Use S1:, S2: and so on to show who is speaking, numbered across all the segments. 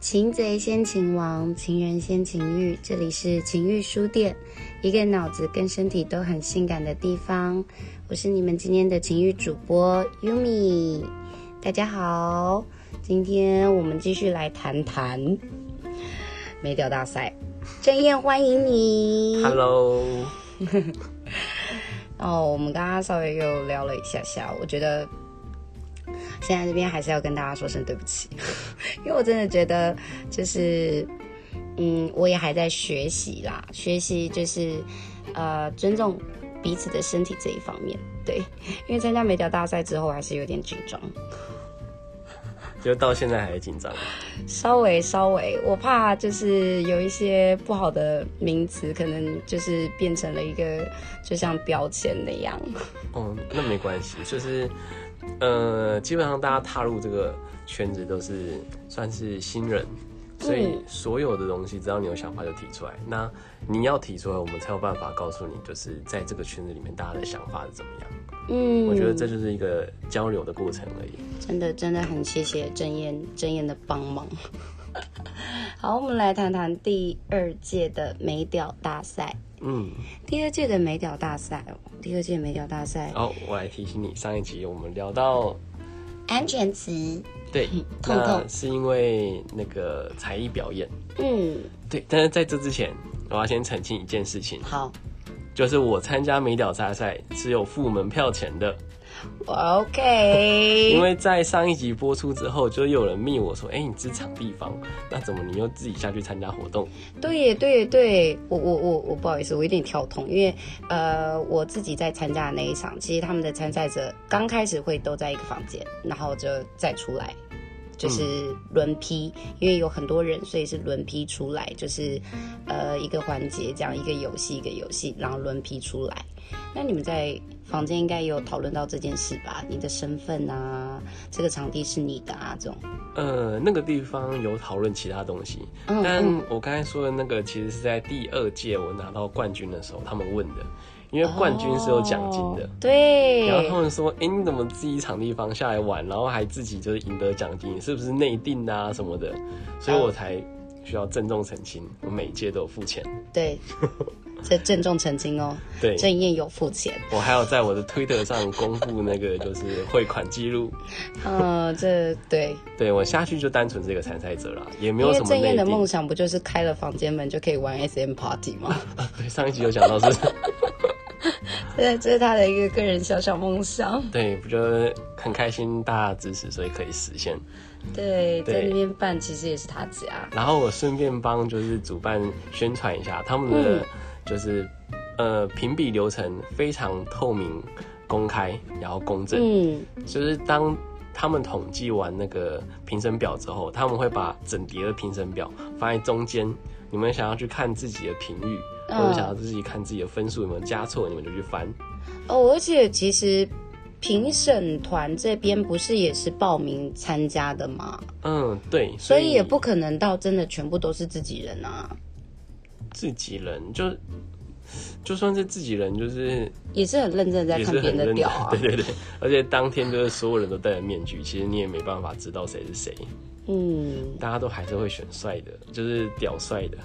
S1: 擒贼先擒王，擒人先擒欲。这里是情欲书店，一个脑子跟身体都很性感的地方。我是你们今天的情欲主播 Yumi，大家好，今天我们继续来谈谈美屌大赛。郑燕，欢迎你。
S2: Hello，
S1: 哦，我们刚刚稍微又聊了一下下，我觉得现在这边还是要跟大家说声对不起， 因为我真的觉得就是，嗯，我也还在学习啦，学习就是呃尊重彼此的身体这一方面，对， 因为参加美甲大赛之后还是有点紧张，
S2: 就到现在还紧张，
S1: 稍微稍微，我怕就是有一些不好的名词，可能就是变成了一个就像标签那样，
S2: 哦，那没关系，就是，呃，基本上大家踏入这个圈子都是算是新人，所以
S1: 嗯
S2: 所有的东西只要你有想法就提出来。那你要提出来，我们才有办法告诉你，就是在这个圈子里面大家的想法是怎么样。
S1: 嗯，
S2: 我觉得这就是一个交流的过程而已。
S1: 真的真的很谢谢郑燕郑燕的帮忙。 好，我们来谈谈第二届的美屌大赛。
S2: 嗯，
S1: 第二届的美屌大赛哦，第二届美屌大赛，
S2: 好，我来提醒你，上一集我们聊到，
S1: 安全词，
S2: 对，
S1: 痛痛
S2: 那是因为那个才艺表演。
S1: 嗯，
S2: 对，但是在这之前，我要先澄清一件事情，
S1: 好，
S2: 就是我参加美屌大赛是有付门票钱的，
S1: 我
S2: 因
S1: OK，
S2: 为在上一集播出之后，就有人密我说，哎、你知场地方，那怎么你又自己下去参加活动？
S1: 对耶对耶对耶，我我我我不好意思，我有点跳通，因为呃我自己在参加的那一场，其实他们的参赛者刚开始会都在一个房间，然后就再出来，
S2: 嗯
S1: 就是轮批，因为有很多人，所以是轮批出来，就是呃一个环节这样一个游戏一个游戏，然后轮批出来。那你们在房间应该也有讨论到这件事吧？你的身份啊，这个场地是你的啊，这种。
S2: 呃，那个地方有讨论其他东西，
S1: 嗯
S2: 但
S1: 嗯
S2: 我刚才说的那个其实是在第二届我拿到冠军的时候他们问的，因为冠军是有奖金的。
S1: 哦对。
S2: 然后他们说：“哎、你怎么自己场地方下来玩，然后还自己就是赢得奖金，是不是内定啊什么的？”所以我才需要郑重澄清，我每届都有付钱。
S1: 对，这郑重澄清哦，
S2: 对，
S1: 郑燕有付钱。
S2: 我还有在我的推特上公布那个就是汇款记录。
S1: 呃，这对，
S2: 对我下去就单纯是一个参赛者啦，也没
S1: 因
S2: 有
S1: 为
S2: 什么
S1: 郑燕
S2: 内
S1: 的梦
S2: 定。
S1: 想不就是开了房间门就可以玩 SM party 吗？
S2: 对，上一集有讲到是，
S1: 对，这是她的一个个人小小梦想。
S2: 对，不就是很开心大家支持，所以可以实现。
S1: 对，在
S2: 对
S1: 那边办其实也是她家。
S2: 然后我顺便帮就是主办宣传一下他们
S1: 嗯
S2: 的就是、呃评比流程非常透明、公开，然后公正。
S1: 嗯，
S2: 就是当他们统计完那个评审表之后，他们会把整叠的评审表放在中间。你们想要去看自己的评语，
S1: 嗯
S2: 或者想要自己看自己的分数有没有加错，你们就去翻。
S1: 哦，而且其实评审团这边不是也是报名参加的吗？
S2: 嗯，对，
S1: 所以也不可能到真的全部都是自己人啊，
S2: 自己人就就算是自己人，就是
S1: 也是很认真地在
S2: 也
S1: 看
S2: 是
S1: 别人
S2: 很
S1: 的
S2: 认真
S1: 屌啊。
S2: 对对对，而且当天就是所有人都戴着面具，其实你也没办法知道谁是谁，
S1: 嗯。
S2: 大家都还是会选帅的，就是屌帅的。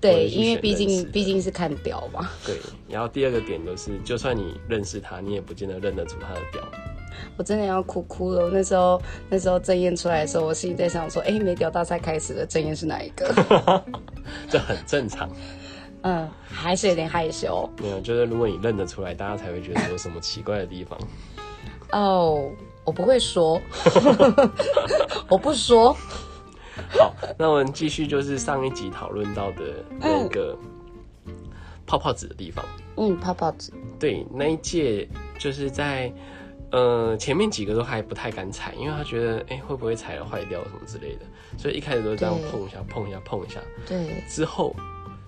S1: 对，
S2: 或者是
S1: 因为
S2: 选
S1: 毕
S2: 认识
S1: 竟
S2: 的
S1: 毕竟是看表嘛。
S2: 对，然后第二个点就是，就算你认识他，你也不见得认得出他的屌。
S1: 我真的要哭哭了。我那时候那时候郑燕出来的时候，我心里在想说，哎、美屌大赛开始了，郑燕是哪一个？
S2: 这很正常。
S1: 嗯，还是有点害羞
S2: 没有，就是如果你认得出来，大家才会觉得有什么奇怪的地方。
S1: 哦。我不会说，我不说。
S2: 好，那我们继续就是上一集讨论到的那个泡泡纸的地方。
S1: 嗯，泡泡纸。
S2: 对，那一届就是在呃前面几个都还不太敢踩，因为他觉得哎、诶会不会踩了坏掉什么之类的，所以一开始都这样
S1: 对
S2: 碰一下碰一下碰一下，
S1: 对，
S2: 之后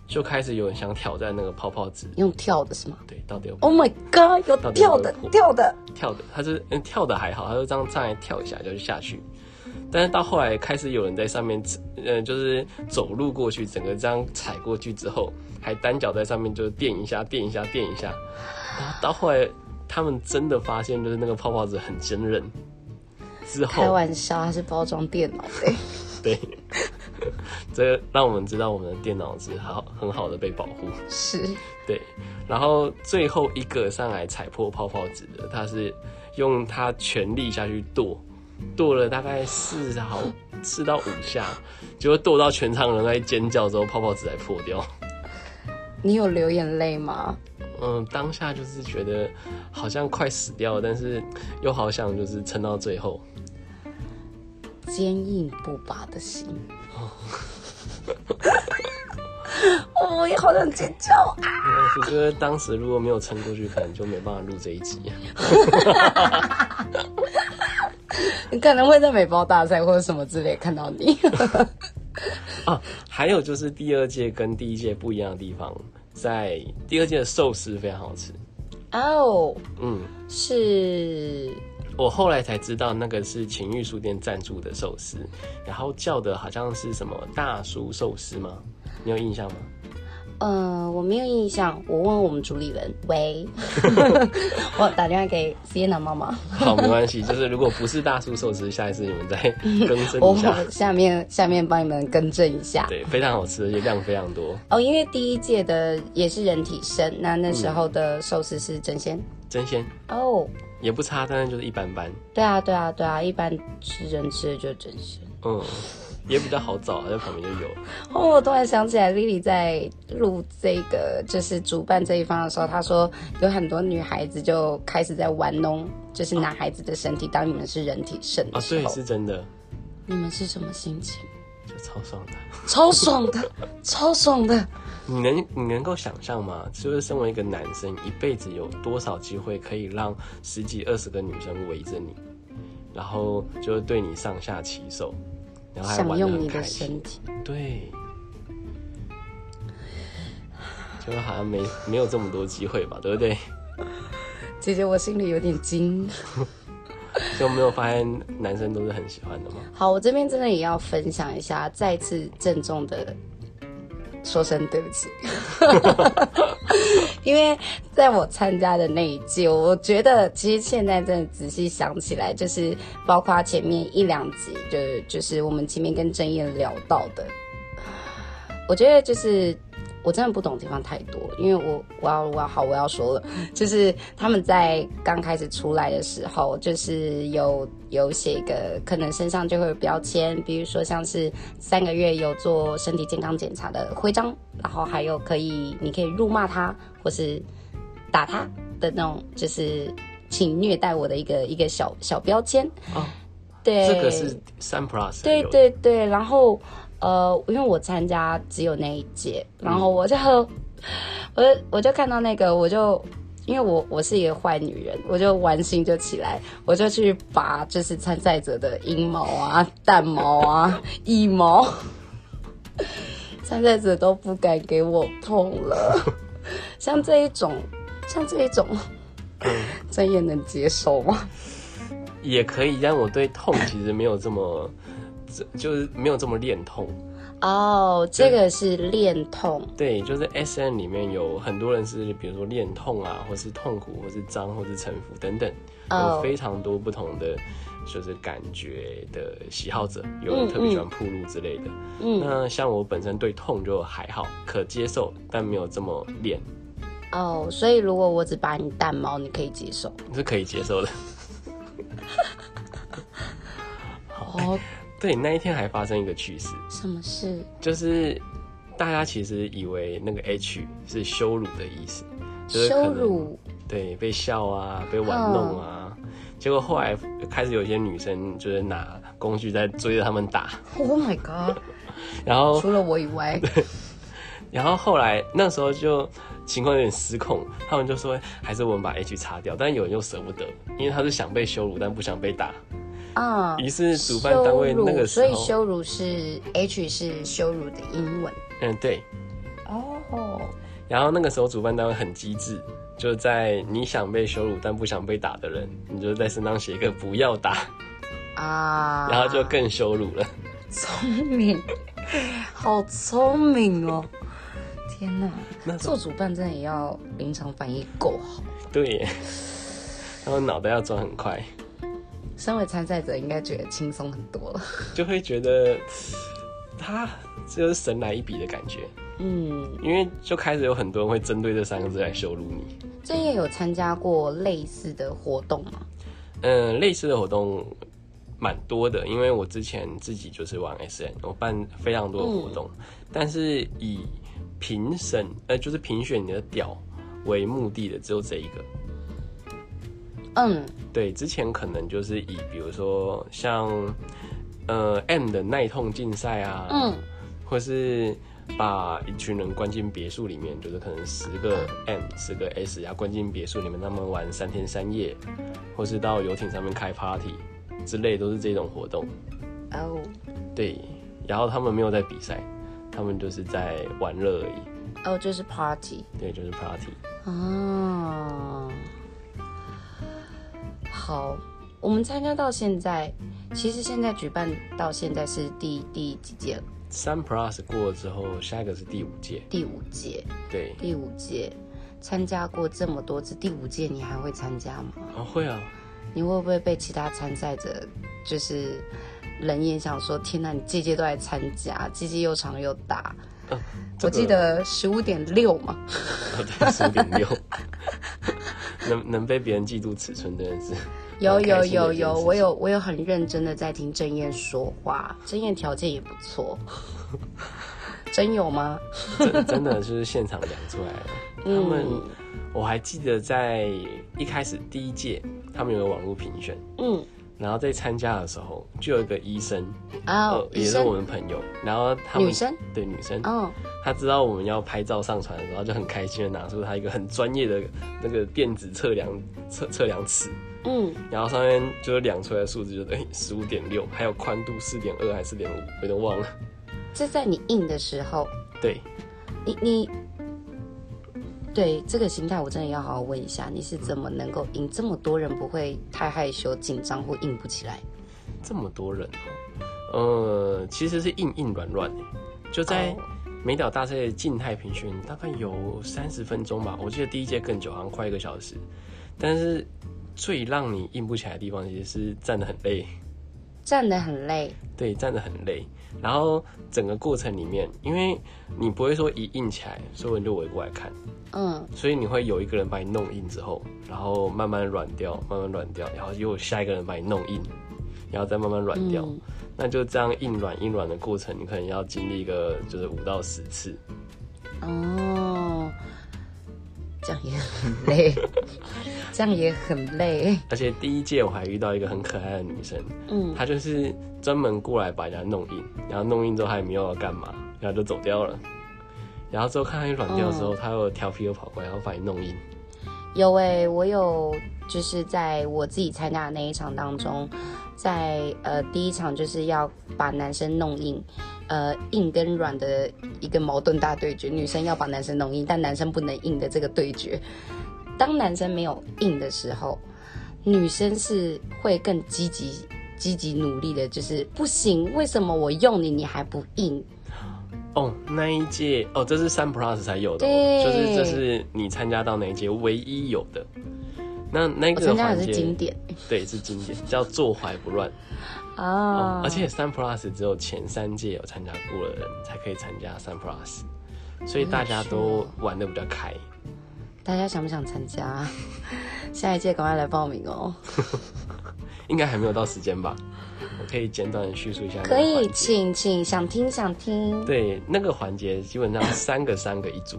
S2: 就开始有人想挑战那个泡泡纸。
S1: 用跳的是吗
S2: 对，到底有
S1: ？Oh my god，有
S2: 到底
S1: 跳
S2: 有没有
S1: 的
S2: 火
S1: 跳的。
S2: 跳的，他是嗯跳的还好，他就这样上来跳一下就下去。但是到后来开始有人在上面，呃，就是走路过去，整个这样踩过去之后，还单脚在上面就是垫一下、垫一下、垫一下。然后到后来他们真的发现，就是那个泡泡纸很坚韧。之
S1: 开
S2: 后，
S1: 玩笑，它是包装电脑的。
S2: 对，这让我们知道我们的电脑是好很好的被保护。
S1: 是
S2: 对，然后最后一个上来踩破泡泡纸的，他是用他全力下去跺，跺了大概四好四到五下，结果跺到全场人在尖叫之后，泡泡纸才破掉。
S1: 你有流眼泪吗？
S2: 嗯，当下就是觉得好像快死掉了，但是又好想就是撑到最后。
S1: 坚硬不拔的心。 我也好想尖叫啊！
S2: 我觉得当时如果没有撑过去，可能就没办法录这一集。
S1: 你可能会在美包大赛或者什么之类看到你。
S2: 啊，还有就是第二届跟第一届不一样的地方，在第二届的寿司非常好吃。
S1: 哦，
S2: 嗯，
S1: 是
S2: 我后来才知道那个是情欲书店赞助的寿司，然后叫的好像是什么大叔寿司吗？你有印象吗？
S1: 呃，我没有印象，我问我们主理人， 喂，我打电话给 Sienna 妈妈，
S2: 好，没关系，就是如果不是大叔寿司，下一次你们再更 正
S1: 我
S2: 一下。
S1: 下面下面帮你们更正一下。
S2: 对，非常好吃，而且量非常多。
S1: 哦，因为第一届的也是人体生，那那时候的寿司是真鲜。
S2: 真鲜
S1: 哦，
S2: 也不差，但是就是一般般。
S1: 对啊，对啊，对啊，一般吃人吃的就是真鲜。
S2: 嗯，也比较好找，在旁边就有。
S1: 哦，我突然想起来，Lily 在录这个就是主办这一方的时候，她说有很多女孩子就开始在玩弄，就是男孩子的身体，当你们是人体肾的
S2: 啊，
S1: 时
S2: 对，
S1: 候，
S2: 是真的，
S1: 你们是什么心情？
S2: 就超爽的。
S1: 超爽的，超爽的。
S2: 你能你能够想象吗？就是身为一个男生，一辈子有多少机会可以让十几二十个女生围着你，然后就是对你上下其手，然后还
S1: 享
S2: 玩得
S1: 用
S2: 很
S1: 你的
S2: 开心
S1: 身。体，
S2: 对，就是好像没没有这么多机会吧，对 不对？
S1: 姐姐，我心里有点惊。
S2: 就没有发现男生都是很喜欢的吗？
S1: 好，我这边真的也要分享一下，再次郑重的说声对不起， 因为在我参加的那一届，我觉得其实现在真的仔细想起来，就是包括前面一两集，就是就是我们前面跟郑燕聊到的，我觉得就是。我真的不懂的地方太多，因为我我要我要好我要说了，就是他们在刚开始出来的时候，就是有有写一个可能身上就会有标签，比如说像是三个月有做身体健康检查的徽章，然后还有可以你可以辱骂他或是打他的那种，就是请虐待我的一个一个小小标签。
S2: 哦，
S1: 对，
S2: 这个是三 plus
S1: 对
S2: 有的
S1: 对对，然后呃，因为我参加只有那一届，然后我就、
S2: 嗯
S1: 我就我就看到那个，我就因为我我是一个坏女人，我就玩心就起来，我就去拔就是参赛者的阴毛啊、蛋毛啊、腋毛，参赛者都不敢给我碰 了，像这一种，像这一种。
S2: 嗯
S1: 真也能接受吗？
S2: 也可以，但我对痛其实没有这么，这就是没有这么恋痛。
S1: 哦、这个是恋痛，
S2: 对，就是 S N 里面有很多人是，比如说恋痛啊，或是痛苦，或是脏，或是臣服等等，
S1: 哦
S2: 有非常多不同的就是感觉的喜好者，有人特别喜欢铺路之类的。
S1: 嗯
S2: 那像我本身对痛就还好，可接受，但没有这么恋，
S1: 哦，所以如果我只拔你蛋毛，你可以接受。
S2: 是可以接受的。
S1: 哦，
S2: 对，那一天还发生一个趣事，
S1: 什么事？
S2: 就是大家其实以为那个 H 是羞辱的意思， 就是可
S1: 羞
S2: 能
S1: 辱？
S2: 对，被笑啊，被玩弄啊。
S1: 嗯
S2: 结果后来开始有些女生就是拿工具在追着他们打，
S1: ？Oh my god！
S2: 然后
S1: 除了我以外，
S2: 然后后来那时候就情况有点失控，他们就说还是我们把 H 擦掉，但有人又舍不得，因为他是想被羞辱，但不想被打。
S1: 啊，
S2: 于是主办单位那个时
S1: 羞辱所以
S2: 候，
S1: 羞辱是 H 是羞辱的英文。
S2: 嗯对，
S1: 哦，
S2: 然后那个时候主办单位很机智，就在你想被羞辱但不想被打的人，你就在身上写一个不要打，
S1: 啊，
S2: 然后就更羞辱了。
S1: 聪明， 好聪明哦！天哪，
S2: 那时候
S1: 做主办真的也要临场反应够好。
S2: 对耶， 然后脑袋要转很快，
S1: 身为参赛者，应该觉得轻松很多了。
S2: 就会觉得他这是神来一笔的感觉，
S1: 嗯，
S2: 因为就开始有很多人会针对这三个字来羞辱你。
S1: 这也有参加过类似的活动吗？
S2: 嗯，类似的活动蛮多的，因为我之前自己就是玩 SN，我办非常多的活动，但是以评审呃就是评选你的屌为目的的只有这一个。
S1: 嗯，
S2: 对，之前可能就是以比如说像呃 M 的耐痛竞赛啊，
S1: 嗯，
S2: 或是把一群人关进别墅里面，就是可能十个 M、十个 S，然后关进别墅里面，他们玩三天三夜，或是到游艇上面开 party 之类，都是这种活动。
S1: 哦，
S2: 对，然后他们没有在比赛，他们就是在玩乐而已。
S1: 哦，就是 party
S2: 对，就是 party。
S1: 啊。好，我们参加到现在，其实现在举办到现在是第第几届了？
S2: 三 plus 过了之后，下一个是第五届。
S1: 第五届，
S2: 对，
S1: 第五届。参加过这么多次，第五届你还会参加吗？
S2: 哦会啊，
S1: 你会不会被其他参赛者就是冷眼想说，天呐，你届届都来参加，鸡鸡又长又大。
S2: 呃、
S1: 我记得十五点六嘛，
S2: 十点六， 能能被别人嫉妒尺寸真的是
S1: 有
S2: 蛮
S1: 有
S2: 开心的
S1: 有
S2: 一件
S1: 有，
S2: 事情
S1: 我有我有很认真的在听郑燕说话，郑燕条件也不 错，真有吗？
S2: 真真的就是现场量出来的。 他们、
S1: 嗯
S2: 我还记得在一开始第一届，他们有个网络评选，
S1: 嗯
S2: 然后在参加的时候，就有一个医生，
S1: 啊，
S2: 呃
S1: 哦
S2: 也
S1: 医
S2: 是我
S1: 生，
S2: 们朋友，然后他们
S1: 女生，
S2: 对女生，
S1: 哦，
S2: 她知道我们要拍照上传的时候，就很开心的拿出她一个很专业的那个电子测量测测量尺，
S1: 嗯，
S2: 然后上面就是量出来的数字就等于十五点六，还有宽度四点二还是四点五，我有点忘了。
S1: 这在你硬的时候，
S2: 对，
S1: 你你。对这个心态，我真的要好好问一下，你是怎么能够硬？这么多人不会太害羞、紧张或硬不起来？
S2: 这么多人哦，呃，其实是硬硬软软的，就在
S1: 哦
S2: 美岛大赛的静态评选大概有三十分钟吧，我记得第一届更久，好像快一个小时。但是最让你硬不起来的地方，其实是站得很累，
S1: 站得很累，
S2: 对，站得很累。然后整个过程里面，因为你不会说一硬起来，所有人就围过来看，
S1: 嗯，
S2: 所以你会有一个人把你弄硬之后，然后慢慢软掉，慢慢软掉，然后又有下一个人把你弄硬，然后再慢慢软掉。
S1: 嗯
S2: 那就这样硬软硬软的过程，你可能要经历一个就是五到十次。
S1: 哦，这样也很累， 这样也很累。
S2: 而且第一届我还遇到一个很可爱的女生，
S1: 嗯，
S2: 她就是专门过来把人家弄硬，然后弄硬之后她也没有要干嘛，然后就走掉了。然后之后看到你软掉的
S1: 嗯
S2: 时候，她又调皮又跑过来，然后把你弄硬。
S1: 有诶、我有就是在我自己参加的那一场当中，在呃第一场就是要把男生弄硬，呃硬跟软的一个矛盾大对决，女生要把男生弄硬，但男生不能硬的这个对决。当男生没有硬的时候，女生是会更积极、积极努力的，就是不行，为什么我用你你还不硬？
S2: 哦，那一届哦，这是三 plus 才有的、哦，
S1: 对
S2: 就是这是你参加到那一届唯一有的。那那
S1: 我
S2: 个
S1: 参加
S2: 环
S1: 的是经
S2: 节，
S1: 典
S2: 对，是经典，叫坐怀不乱。
S1: 啊
S2: 哦，而且三 plus 只有前三届有参加过的人才可以参加三 plus，所以大家
S1: 哦
S2: 都玩的比较开。
S1: 大家想不想参加？ 下一届赶快来报名哦！
S2: 应该还没有到时间吧？我可以简短地叙述一下那个
S1: 可以，
S2: 环节
S1: 请请想听想听。
S2: 对，那个环节基本上三个三个一组，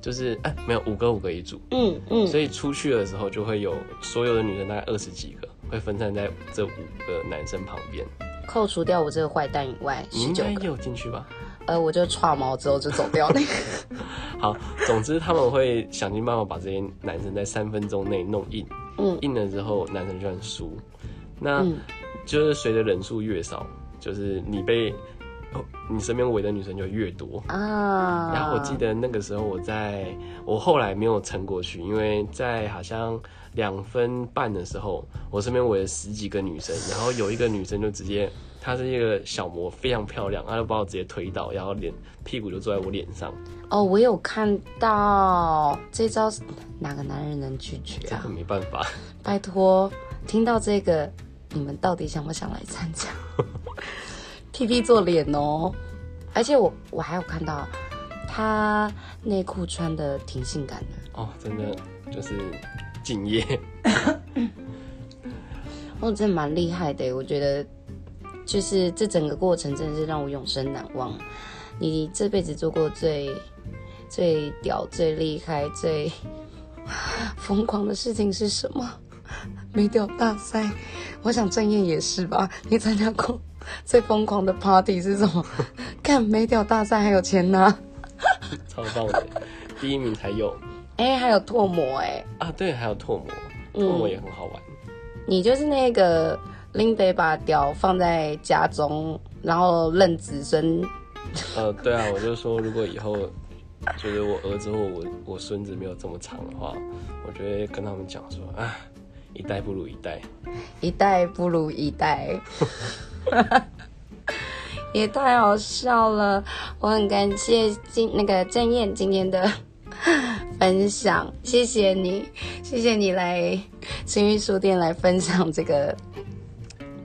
S2: 就是哎、没有五个五个一组，
S1: 嗯嗯，
S2: 所以出去的时候就会有所有的女生大概二十几个，会分散在这五个男生旁边。
S1: 扣除掉我这个坏蛋以外，
S2: 你
S1: 十
S2: 应
S1: 九
S2: 该
S1: 个，
S2: 也有进去吧？
S1: 呃，我就串毛之后就走掉那个。
S2: 好，总之他们会想尽办法把这些男生在三分钟内弄硬，
S1: 嗯
S2: 硬了之后男生就算输。那
S1: 嗯
S2: 就是随着人数越少，就是你被哦你身边围的女生就越多。
S1: 啊，
S2: 然后我记得那个时候我在，我后来没有撑过去，因为在好像两分半的时候，我身边围了十几个女生，然后有一个女生就直接，她是一个小模，非常漂亮，她就把我直接推倒，然后脸屁股就坐在我脸上。
S1: 哦，我有看到这招，哪个男人能拒绝
S2: 这
S1: 啊
S2: 个？没办法，
S1: 拜托，听到这 个，你们到底想不想来参加？P P 做脸哦，而且我我还有看到他内裤穿的挺性感的，
S2: 哦，真的就是敬业，
S1: 哦，真的蛮厉害的耶。我觉得就是这整个过程真的是让我永生难忘。你这辈子做过最最屌、最厉害、最 疯狂的事情是什么？美屌大赛，我想郑燕也是吧？你参加过最疯狂的 party 是什么？看美屌大赛还有钱拿，
S2: 超棒的，第一名才有
S1: 哎、还有唾沫哎、
S2: 啊，对，还有唾沫，唾沫也很好玩，
S1: 你就是那个拎北把屌放在家中，然后认子孙，
S2: 呃，对啊，我就说如果以后觉得我儿子或我我孙子没有这么长的话，我就会跟他们讲说，啊，一代不如一代，
S1: 一代不如一代，也太好笑了。我很感谢今那个郑燕今天的 分享，谢谢你，谢谢你来情欲书店来分享这个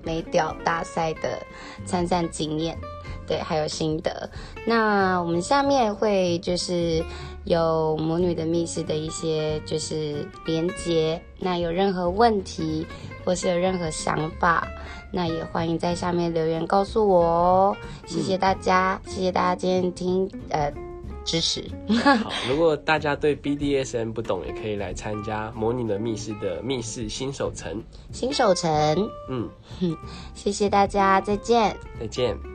S1: 美屌大赛的参战经验，对，还有心得。那我们下面会就是有母女的密室的一些就是连接，那有任何问题或是有任何想法，那也欢迎在下面留言告诉我哦。谢谢大家，谢谢大家今天听呃支持。
S2: 好，如果大家对 BDSM 不懂，也可以来参加模拟的密室的密室新手城。
S1: 新手城，
S2: 嗯，
S1: 谢谢大家，再见。
S2: 再见。